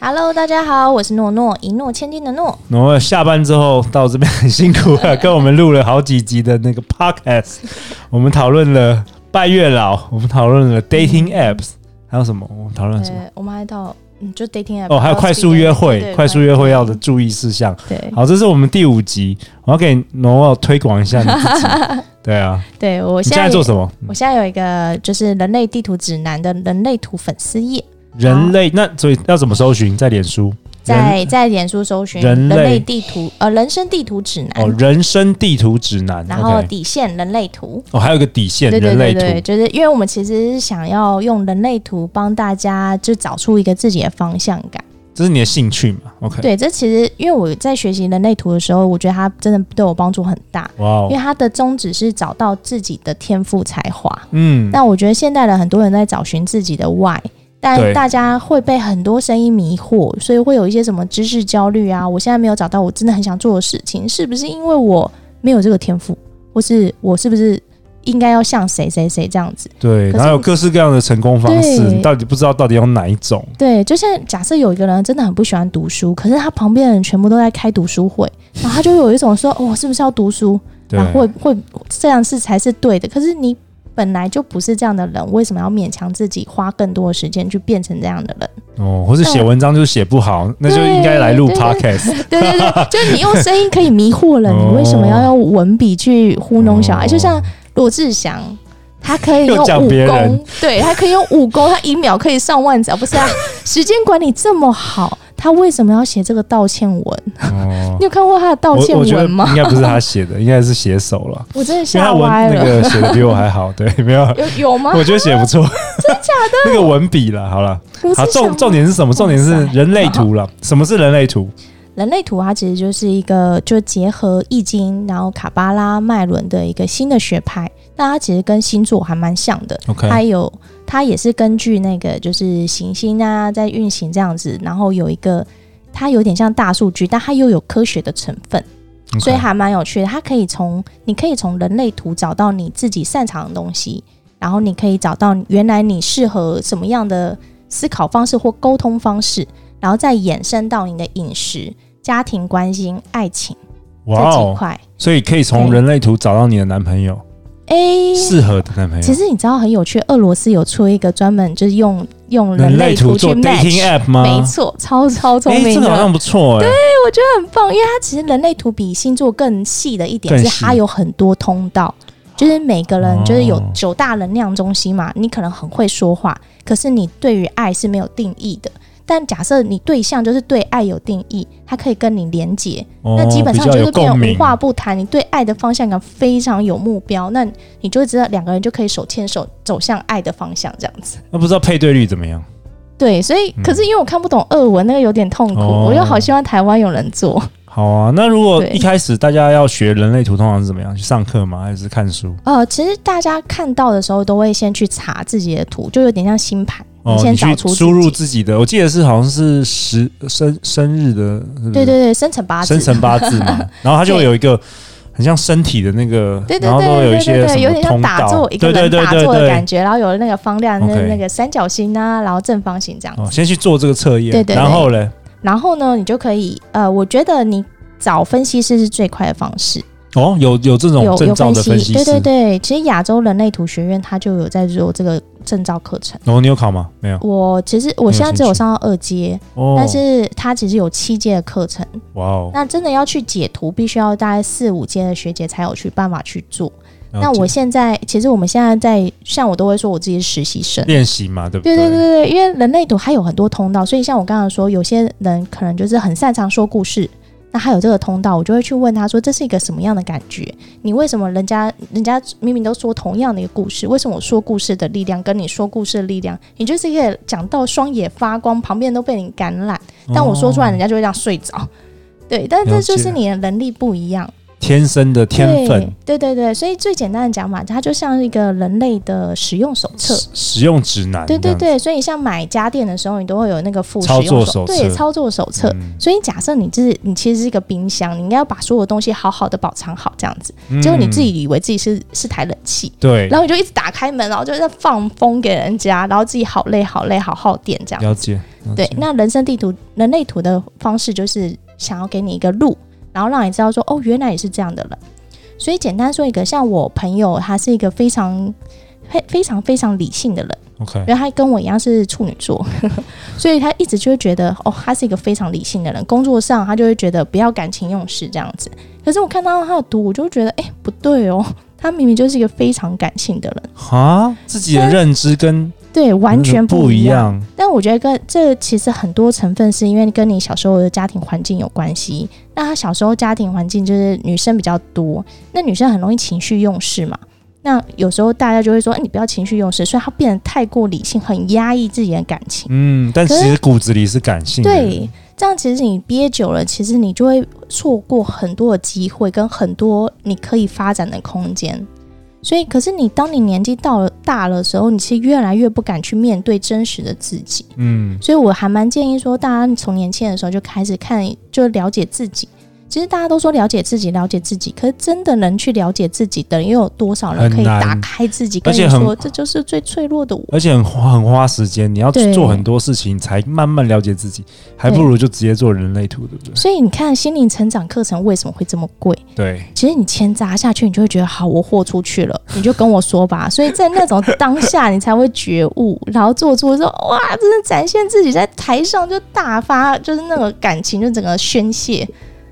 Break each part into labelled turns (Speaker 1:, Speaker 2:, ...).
Speaker 1: Hello，大家好，我是诺诺，一诺千金的诺。
Speaker 2: 然后下班之后到这边很辛苦了，跟我们录了好几集的那个 podcast，我们讨论了拜月老，我们讨论了 dating apps，还有什么？我们讨论了什么？
Speaker 1: 对，我们还到嗯，就 dating app
Speaker 2: 哦，还有快速约
Speaker 1: 对
Speaker 2: 会，
Speaker 1: 对
Speaker 2: 快速约会要的注意事项。
Speaker 1: 对
Speaker 2: 好，这是我们第五集，我要给 Noel 推广一下你自己。 对啊，
Speaker 1: 对，我
Speaker 2: 你
Speaker 1: 现
Speaker 2: 现
Speaker 1: 在嗯
Speaker 2: 在做
Speaker 1: 有
Speaker 2: 什么？
Speaker 1: 我现在有一个就是人类地图指南的人类图粉丝页，
Speaker 2: 人类那所以要怎么搜寻？在脸书，人
Speaker 1: 在在脸书搜寻
Speaker 2: 人类
Speaker 1: 类地图呃人生地图指南，
Speaker 2: 哦，人生地图指南。
Speaker 1: 啊然后
Speaker 2: OK，
Speaker 1: 底线人类图。
Speaker 2: 哦，还有一个底线
Speaker 1: 对对
Speaker 2: 人类
Speaker 1: 对
Speaker 2: 图。
Speaker 1: 对，就是因为我们其实是想要用人类图帮大家就找出一个自己的方向感。
Speaker 2: 这是你的兴趣嘛？OK，
Speaker 1: 对，这其实因为我在学习人类图的时候，我觉得它真的对我帮助很大。
Speaker 2: 哇哦
Speaker 1: 因为，它的宗旨是找到自己的天赋才华。
Speaker 2: 嗯，
Speaker 1: 那我觉得现代人很多人在找寻自己的 why，
Speaker 2: 对
Speaker 1: 但大家会被很多声音迷惑，所以会有一些什么知识焦虑啊。我现在没有找到我真的很想做的事情，是不是因为我没有这个天赋，或是我是不是应该要像谁谁谁这样子？
Speaker 2: 对，
Speaker 1: 可是
Speaker 2: 然后有各式各样的成功方式，
Speaker 1: 对
Speaker 2: 你到底不知道到底有哪一种。
Speaker 1: 对，就像假设有一个人真的很不喜欢读书，可是他旁边的人全部都在开读书会，然后他就有一种说，哦，我是不是要读书？
Speaker 2: 对，
Speaker 1: 啊，会会这样是才是对的。可是你本来就不是这样的人，为什么要勉强自己花更多的时间去变成这样的人？
Speaker 2: 哦，或是写文章就是写不好，那就应该来录
Speaker 1: 对
Speaker 2: podcast。
Speaker 1: 对对对，就是你用声音可以迷惑人，
Speaker 2: 哦
Speaker 1: 你为什么要用文笔去糊弄小孩？
Speaker 2: 哦
Speaker 1: 就像罗志祥。他可以用
Speaker 2: 又讲
Speaker 1: 武
Speaker 2: 别人
Speaker 1: 功，对他可以用武功，他一秒可以上万字，啊不是啊？时间管理这么好，他为什么要写这个道歉文？
Speaker 2: 哦
Speaker 1: 你，有看过他的道
Speaker 2: 我
Speaker 1: 歉
Speaker 2: 我觉得
Speaker 1: 文吗？
Speaker 2: 应该不是他写的，应该是写手了，
Speaker 1: 我真的
Speaker 2: 因为
Speaker 1: 吓
Speaker 2: 他文
Speaker 1: 歪
Speaker 2: 那
Speaker 1: 了。啊
Speaker 2: 个写的比我还好。对，没有，
Speaker 1: 有 有吗？
Speaker 2: 我觉得写得 不错，真假的？那个文笔啦，好了，
Speaker 1: 罗
Speaker 2: 好
Speaker 1: 志祥
Speaker 2: 重
Speaker 1: 吗
Speaker 2: 重点是什么？重点是
Speaker 1: 哇塞
Speaker 2: 人类图了。什么是人类图？
Speaker 1: 人类图啊它其实就是一个就结合易经，然后卡巴拉、脉轮的一个新的学派。那它其实跟星座还蛮像的
Speaker 2: OK
Speaker 1: 它有它也是根据那个就是行星啊在运行这样子，然后有一个它有点像大数据，但它又有科学的成分，所
Speaker 2: OK
Speaker 1: 以还蛮有趣的。它可以从你可以从人类图找到你自己擅长的东西，然后你可以找到原来你适合什么样的思考方式或沟通方式，然后再衍生到你的饮食、家庭关心、爱情这
Speaker 2: 哇
Speaker 1: 几
Speaker 2: 哦，
Speaker 1: 块。
Speaker 2: 所以可以从
Speaker 1: 对
Speaker 2: 人类图找到你的男朋友，
Speaker 1: 哎、
Speaker 2: 适合的男朋
Speaker 1: 其
Speaker 2: 友。
Speaker 1: 实你知道很有趣，俄罗斯有出一个专门就是用用
Speaker 2: 人
Speaker 1: 人
Speaker 2: 类
Speaker 1: 类
Speaker 2: 图
Speaker 1: 图
Speaker 2: 做
Speaker 1: 去
Speaker 2: dating
Speaker 1: match。
Speaker 2: app 吗？
Speaker 1: 没错，超超聪
Speaker 2: 哎，
Speaker 1: 明
Speaker 2: 这
Speaker 1: 的，
Speaker 2: 个好像不错哎。
Speaker 1: 我觉得很棒，因为它其实人类图比星座更细的一点
Speaker 2: 更
Speaker 1: 是，
Speaker 2: 细
Speaker 1: 它有很多通道，就是每个人
Speaker 2: 哦
Speaker 1: 就是有九大能量中心嘛，你可能很会说话，可是你对于爱是没有定义的。但假设你对象就是对爱有定义，它可以跟你连接，
Speaker 2: 哦
Speaker 1: 那基本上你就
Speaker 2: 比较
Speaker 1: 是
Speaker 2: 有
Speaker 1: 变
Speaker 2: 共
Speaker 1: 得
Speaker 2: 鸣
Speaker 1: 无话不谈，你对爱的方向感非常有目标，那你就会知道两个人就可以手牵手走向爱的方向，这样子。
Speaker 2: 那不知道配对率怎么样？
Speaker 1: 对，所以、可是因为我看不懂俄文，那个有点痛
Speaker 2: 嗯
Speaker 1: 苦，
Speaker 2: 哦
Speaker 1: 我又好希望台湾有人做。
Speaker 2: 好啊，那如果
Speaker 1: 对
Speaker 2: 一开始大家要学人类图，通常是怎么样？去上课吗？还是看书？
Speaker 1: 呃，其实大家看到的时候都会先去查自己的图，就有点像星盘，
Speaker 2: 哦，
Speaker 1: 先
Speaker 2: 你
Speaker 1: 找
Speaker 2: 去
Speaker 1: 出
Speaker 2: 输入
Speaker 1: 自己
Speaker 2: 自己的，我记得是好像是十生生日的，是不是
Speaker 1: 对对对，生辰八字
Speaker 2: 嗯生，辰八字 嘛，然后它就会有一个很像身体的那个，
Speaker 1: 对对
Speaker 2: 然后
Speaker 1: 对
Speaker 2: 都会有一
Speaker 1: 对
Speaker 2: 些
Speaker 1: 对
Speaker 2: 什
Speaker 1: 对，有
Speaker 2: 么
Speaker 1: 点像
Speaker 2: 通
Speaker 1: 打
Speaker 2: 道
Speaker 1: 坐，，一个
Speaker 2: 对
Speaker 1: 人
Speaker 2: 对
Speaker 1: 打坐
Speaker 2: 对
Speaker 1: 的
Speaker 2: 对
Speaker 1: 感觉，然后有那个方量，那
Speaker 2: OK
Speaker 1: 那个三角形啊，然后正方形这样
Speaker 2: 哦，
Speaker 1: 子。
Speaker 2: 先去做这个测验，
Speaker 1: 对对对
Speaker 2: 然后嘞，
Speaker 1: 然后呢，你就可以呃，我觉得你找分析师是最快的方式，
Speaker 2: 哦，有有这种
Speaker 1: 有
Speaker 2: 证
Speaker 1: 有
Speaker 2: 照的
Speaker 1: 析，
Speaker 2: 分析
Speaker 1: 对对
Speaker 2: 师，
Speaker 1: 对。其实亚洲人类图学院它就有在做这个证照课程。
Speaker 2: 哦，你有考吗？没有，
Speaker 1: 我其实
Speaker 2: 你
Speaker 1: 我
Speaker 2: 有
Speaker 1: 现在
Speaker 2: 兴
Speaker 1: 只有
Speaker 2: 趣
Speaker 1: 上到二阶，
Speaker 2: 哦，
Speaker 1: 但是它其实有七阶的课程。
Speaker 2: 哇哦，
Speaker 1: 那真的要去解图，必须要大概四五阶的学姐才有去办法去做。那
Speaker 2: 了解
Speaker 1: 我现在其实我们现在在，像我都会说我自己是实习生。
Speaker 2: 练习嘛，对不
Speaker 1: 对对对对，因为人类图它有很多通道，所以像我刚刚说，有些人可能就是很擅长说故事，那他有这个通道，我就会去问他说这是一个什么样的感觉？你为什么人家人家明明都说同样的一个故事，为什么我说故事的力量跟你说故事的力量，你就是可以讲到双眼发光，旁边都被你感染，
Speaker 2: 哦
Speaker 1: 但我说出来人
Speaker 2: 家
Speaker 1: 家就会这样睡着。对，但这就
Speaker 2: 了解
Speaker 1: 是你的能力不一样。
Speaker 2: 天生的天分，
Speaker 1: 对对对对，所以最简单的讲法，它就像一个人类的使用手册。
Speaker 2: 使使用指南，
Speaker 1: 对对，对，所以像买家电的时候，你都会有那个副使
Speaker 2: 操
Speaker 1: 用
Speaker 2: 作手册
Speaker 1: 对操作手册。
Speaker 2: 嗯
Speaker 1: 所以假设你就是你其实是一个冰箱，你应该要把所有东西好好的保藏好，这样子。结果你自己以为自己是是台冷气，
Speaker 2: 嗯对，
Speaker 1: 然后你就一直打开门，然后就在放风给人家，然后自己好累好累好耗电这样。
Speaker 2: 了解，了
Speaker 1: 对
Speaker 2: 解，
Speaker 1: 那人生地图、人类图的方式就是想要给你一个路，然后让你知道说，哦，原来你是这样的人。所以简单说一个，像我朋友，他是一个非常、非非常非常理性的人，
Speaker 2: OK，
Speaker 1: 因为他跟我一样是处女座， 所以他一直就会觉得，哦，他是一个非常理性的人。工作上，他就会觉得不要感情用事这样子。可是我看到他的图，我就觉得，哎、不对哦，他明明就是一个非常感性的人，
Speaker 2: 啊，自己的
Speaker 1: 但
Speaker 2: 认知跟嗯
Speaker 1: 对，完全
Speaker 2: 不
Speaker 1: 不一样。
Speaker 2: 样，
Speaker 1: 但我觉得跟这其实很多成分是因为跟你小时候的家庭环境有关系。那他小时候家庭环境就是女生比较多，那女生很容易情绪用事嘛。那有时候大家就会说，哎、你不要情绪用事，所以他变得太过理性，很压抑自己的感情。
Speaker 2: 嗯，但其
Speaker 1: 可是
Speaker 2: 实骨子里是感性的，
Speaker 1: 对，这样其实你憋久了，其实你就会错过很多的机会跟很多你可以发展的空间。所以，可是你当你年纪到了大了的时候，你其实越来越不敢去面对真实的自己。
Speaker 2: 嗯，
Speaker 1: 所以我还蛮建议说，大家从年轻的时候就开始看，就了解自己。其实大家都说了解自己，了解自己，可是真的能去了解自己的人又有多少人
Speaker 2: 很
Speaker 1: 可以
Speaker 2: 难
Speaker 1: 打开自己，
Speaker 2: 而
Speaker 1: 跟
Speaker 2: 且
Speaker 1: 你
Speaker 2: 很
Speaker 1: 说这就是最脆弱的我？
Speaker 2: 而且很花很花时间，你要
Speaker 1: 对
Speaker 2: 做很多事情才慢慢了解自己，还不如就直接做人类图，对不对？
Speaker 1: 所以你看，心灵成长课程为什么会这么贵？
Speaker 2: 对，
Speaker 1: 其实你钱砸下去，你就会觉得好，我豁出去了，你就跟我说吧。 所以在那种当下，你才会觉悟，然后做出说哇，真的展现自己在台上就大发，就是那个感情，就整个宣泄，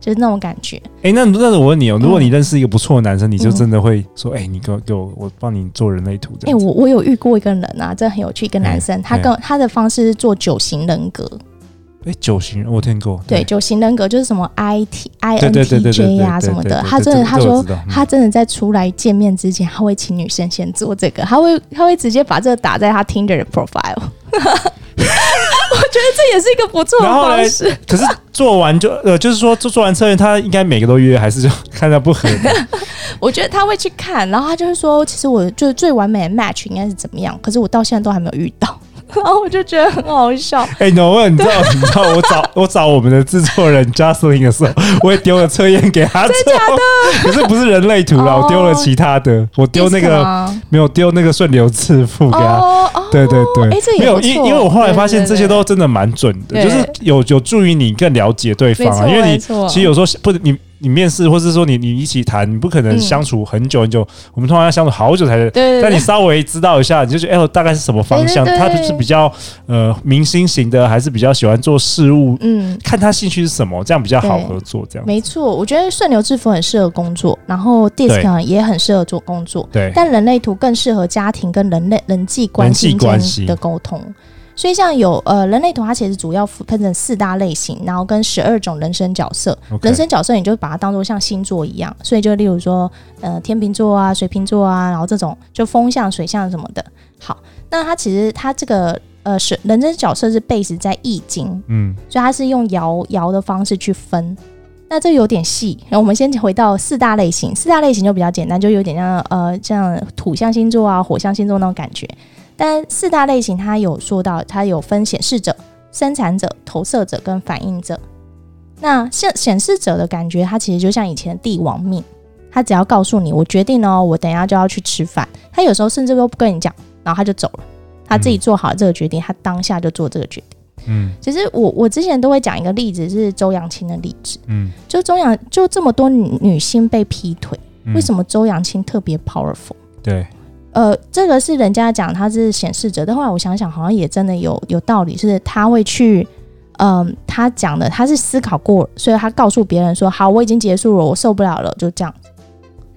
Speaker 1: 就是那种感觉。
Speaker 2: 哎、那那我问你哦，如果
Speaker 1: 嗯
Speaker 2: 你认识一个不错的男生，你就
Speaker 1: 嗯
Speaker 2: 真的会说，哎、你给我给我，我帮你做人类图这
Speaker 1: 哎、
Speaker 2: 样子。
Speaker 1: 我我有遇过一个人啊，这很有趣，一个男生，他跟他的方式是做九型人格，
Speaker 2: 哎、九型人我听过，
Speaker 1: 对，九型人格就是什么 I T I
Speaker 2: 对
Speaker 1: N
Speaker 2: 对对
Speaker 1: T
Speaker 2: 对对对
Speaker 1: 哎 J
Speaker 2: 对
Speaker 1: 啊什么
Speaker 2: 对对
Speaker 1: 的，
Speaker 2: 对
Speaker 1: 他
Speaker 2: 这
Speaker 1: 真的
Speaker 2: 这
Speaker 1: 他
Speaker 2: 我
Speaker 1: 说
Speaker 2: 知道嗯
Speaker 1: 他真的在出来见面之前，他会请女生先做这个，他会他会直接把这个打在他 Tinder 的 profile，我 觉得这也是一个不错的
Speaker 2: 然后嘞
Speaker 1: 方式。
Speaker 2: 可是做完就呃，就是说做做完测验，他应该每个都约，还是就看他 不合？
Speaker 1: 我觉得他会去看，然后他就会说，其实我就是最完美的 match 应该是怎么样，可是我到现在都还没有遇到， 然后我就觉得很好笑。
Speaker 2: 哎、n o 你知道你知道我找我找我们的制作人 Justin 的时候，我也丢了测验给他做， 可是不是人类图啦，
Speaker 1: 哦
Speaker 2: 我丢了其他的，我丢那
Speaker 1: Disc
Speaker 2: 个
Speaker 1: 吗
Speaker 2: 没有丢那个顺流自负给他。
Speaker 1: 啊哦哦，
Speaker 2: 对对对，
Speaker 1: 哎，这也
Speaker 2: 没有，
Speaker 1: 不错
Speaker 2: 因因为我后来发现
Speaker 1: 对对
Speaker 2: 这些都真的蛮准的，
Speaker 1: 对
Speaker 2: 就是有有助于你更了解对方啊，
Speaker 1: 没错哎
Speaker 2: 因为你
Speaker 1: 没错
Speaker 2: 其实有时候不你。你面试，或是说你你一起谈，你不可能
Speaker 1: 嗯
Speaker 2: 相处很久很久。我们通常要相处好久才能，
Speaker 1: 对对对
Speaker 2: 但你稍微知道一下，你就觉得哎、呦大概是什么方向？
Speaker 1: 对对对
Speaker 2: 他是比较呃明星型的，还是比较喜欢做事物？
Speaker 1: 嗯。
Speaker 2: 看他兴趣是什么，这样比较好
Speaker 1: 对
Speaker 2: 合作。这样
Speaker 1: 没错，我觉得顺流制服很适合工作，然后 disc 也很适合做工作，
Speaker 2: 对，
Speaker 1: 但人类图更适合家庭跟人类人际关系
Speaker 2: 人际关系
Speaker 1: 间的沟通。所以像有呃人类图，它其实主要分成四大类型，然后跟十二种人生角色。
Speaker 2: OK
Speaker 1: 人生角色你就把它当做像星座一样，所以就例如说呃天秤座啊、水瓶座啊，然后这种就风象、水象什么的。好，那它其实它这个呃是人生角色是 base 在易经，
Speaker 2: 嗯，
Speaker 1: 所以它是用摇摇的方式去分。那这有点细，然后我们先回到四大类型，四大类型就比较简单，就有点像呃像土象星座啊、火象星座那种感觉。但四大类型它有说到，它有分显示者、生产者、投射者跟反应者。那显显示者的感觉，它其实就像以前的帝王命，他只要告诉你我决定了哦，我等一下就要去吃饭，他有时候甚至都不跟你讲，然后他就走了，他自己做好这个决定，他当下就做这个决定。
Speaker 2: 嗯
Speaker 1: 其实我我之前都会讲一个例子，是周扬青的例子。
Speaker 2: 嗯
Speaker 1: 就周扬，就这么多女女星被劈腿，
Speaker 2: 嗯，
Speaker 1: 为什么周扬青特别 powerful？
Speaker 2: 对，
Speaker 1: 呃，这个是人家讲她是显示者，但后来我想想，好像也真的有有道理，是她会去，嗯、她讲的，她是思考过，所以她告诉别人说，好，我已经结束了，我受不了了，就这样。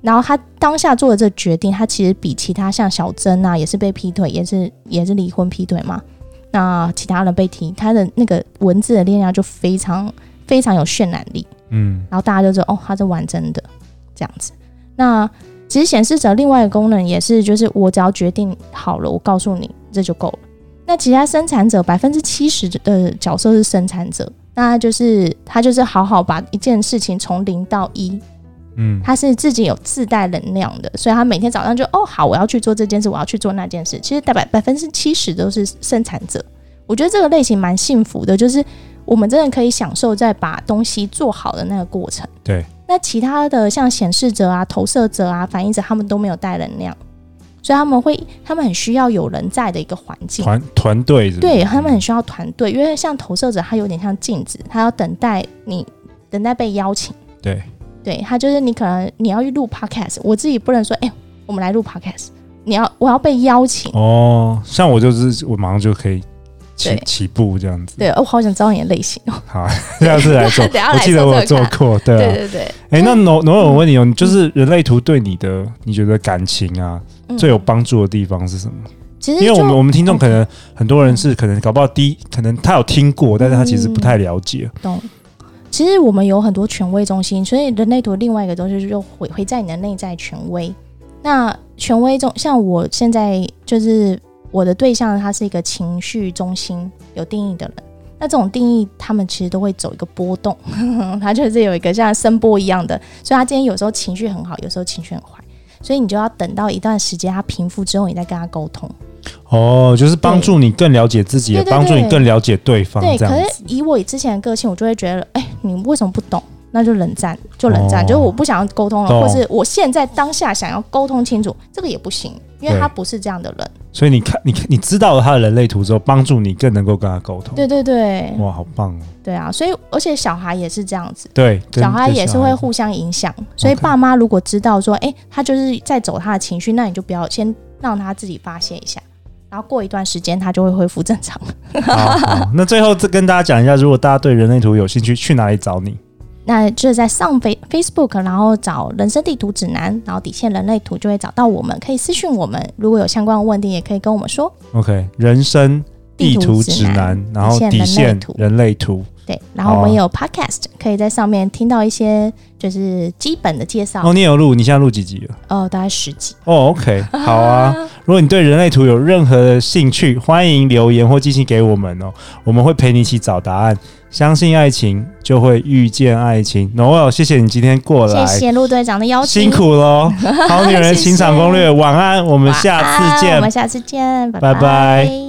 Speaker 1: 然后她当下做的这决定，她其实比其他像小珍啊，也是被劈腿，也是也是离婚劈腿嘛，那其他人被踢，她的那个文字的力量就非常非常有渲染力。
Speaker 2: 嗯
Speaker 1: 然后大家就知道哦，他在玩真的这样子。那其实显示者另外一个功能也是，就是我只要决定好了，我告诉你这就够了。那其他生产者百分之七十的角色是生产者，那就是他就是好好把一件事情从零到一，
Speaker 2: 嗯
Speaker 1: 他是自己有自带能量的，所以他每天早上就哦好，我要去做这件事，我要去做那件事。其实大百百分之七十都是生产者，我觉得这个类型蛮幸福的，就是我们真的可以享受在把东西做好的那个过程。
Speaker 2: 对，
Speaker 1: 那其他的像显示者啊、投射者啊、反应者，他们都没有带能量，所以他们会他们很需要有人在的一个环境。
Speaker 2: 团团队是不是嗯
Speaker 1: 对他们很需要团队，因为像投射者，他有点像镜子，他要等待你等待被邀请。
Speaker 2: 对
Speaker 1: 对他就是你可能你要去录 podcast，我自己不能说，哎、我们来录 podcast，你要我要被邀请。
Speaker 2: 哦，像我就是我马上就可以起
Speaker 1: 对
Speaker 2: 起步这样子，
Speaker 1: 对，哦我好想知道你的类型哦。
Speaker 2: 好，下次来做，
Speaker 1: 等下
Speaker 2: 我
Speaker 1: 来
Speaker 2: 记得
Speaker 1: 做
Speaker 2: 我有
Speaker 1: 这个
Speaker 2: 做
Speaker 1: 看
Speaker 2: 过，对
Speaker 1: 对
Speaker 2: 啊，
Speaker 1: 对对，
Speaker 2: 哎、那农农友，我问你哦，你就是人类图对你的，你觉得感情啊
Speaker 1: 嗯
Speaker 2: 最有帮助的地方是什么？
Speaker 1: 其实
Speaker 2: 因为我
Speaker 1: 就嗯
Speaker 2: 们我们听众可能很多人是可能搞不好第一，可能他有听过，但是他其实不
Speaker 1: 嗯
Speaker 2: 太了解。
Speaker 1: 懂。其实我们有很多权威中心，所以人类图另外一个东西就是回回在你的内在权威。那权威中，像我现在就是我的对象，他是一个情绪中心有定义的人。那这种定义，他们其实都会走一个波动， 他就是有一个像声波一样的，所以他今天有时候情绪很好，有时候情绪很坏，所以你就要等到一段时间他平复之后，你再跟他沟通。
Speaker 2: 哦，就是帮助你更了解自己，也
Speaker 1: 对对对
Speaker 2: 帮助你更了解对方，
Speaker 1: 对，
Speaker 2: 这
Speaker 1: 可
Speaker 2: 样
Speaker 1: 是
Speaker 2: 子。
Speaker 1: 以我之前的个性，我就会觉得，哎、你为什么不懂？那就冷战，就冷战，
Speaker 2: 哦
Speaker 1: 就是我不想要沟通了，
Speaker 2: 懂
Speaker 1: 或是我现在当下想要沟通清楚，这个也不行，因为
Speaker 2: 对
Speaker 1: 他不是这样的人。
Speaker 2: 所以你看，你看，你知道了他的人类图之后，帮助你更能够跟他沟通。
Speaker 1: 对对对，
Speaker 2: 哇，好棒哦！
Speaker 1: 对啊，所以而且小孩也是这样子，
Speaker 2: 对，跟
Speaker 1: 小孩
Speaker 2: 跟
Speaker 1: 也是会互相影响，所以
Speaker 2: OK
Speaker 1: 爸妈如果知道说，哎、他就是在走他的情绪，那你就不要先让他自己发泄一下。然后过一段时间，他就会恢复正常。
Speaker 2: 好好，那最后再跟大家讲一下，如果大家对人类图有兴趣，去哪里找你？
Speaker 1: 那就是在上 Fa- Facebook，然后找人生地图指南，然后底线人类图就会找到我们，可以私讯我们，如果有相关的问题也可以跟我们说。
Speaker 2: OK，人生地图指南，然后底
Speaker 1: 底线
Speaker 2: 线
Speaker 1: 人类图
Speaker 2: 人类图。
Speaker 1: 对，然后我们
Speaker 2: 哦
Speaker 1: 也有 Podcast，可以在上面听到一些就是基本的介绍，
Speaker 2: 哦，你也有录，你现在录几集了？
Speaker 1: 呃，大概十集。
Speaker 2: 哦，OK，好 啊。如果你对人类图有任何的兴趣，欢迎留言或寄信给我们哦，我们会陪你一起找答案。相信爱情，就会遇见爱情。Noel，谢谢你今天过来，
Speaker 1: 谢谢陆队长的邀请，
Speaker 2: 辛苦喽。 好女人情场攻略，晚安，我
Speaker 1: 我
Speaker 2: 们下次见
Speaker 1: 我，们下次见，
Speaker 2: 拜
Speaker 1: 拜
Speaker 2: 拜
Speaker 1: 拜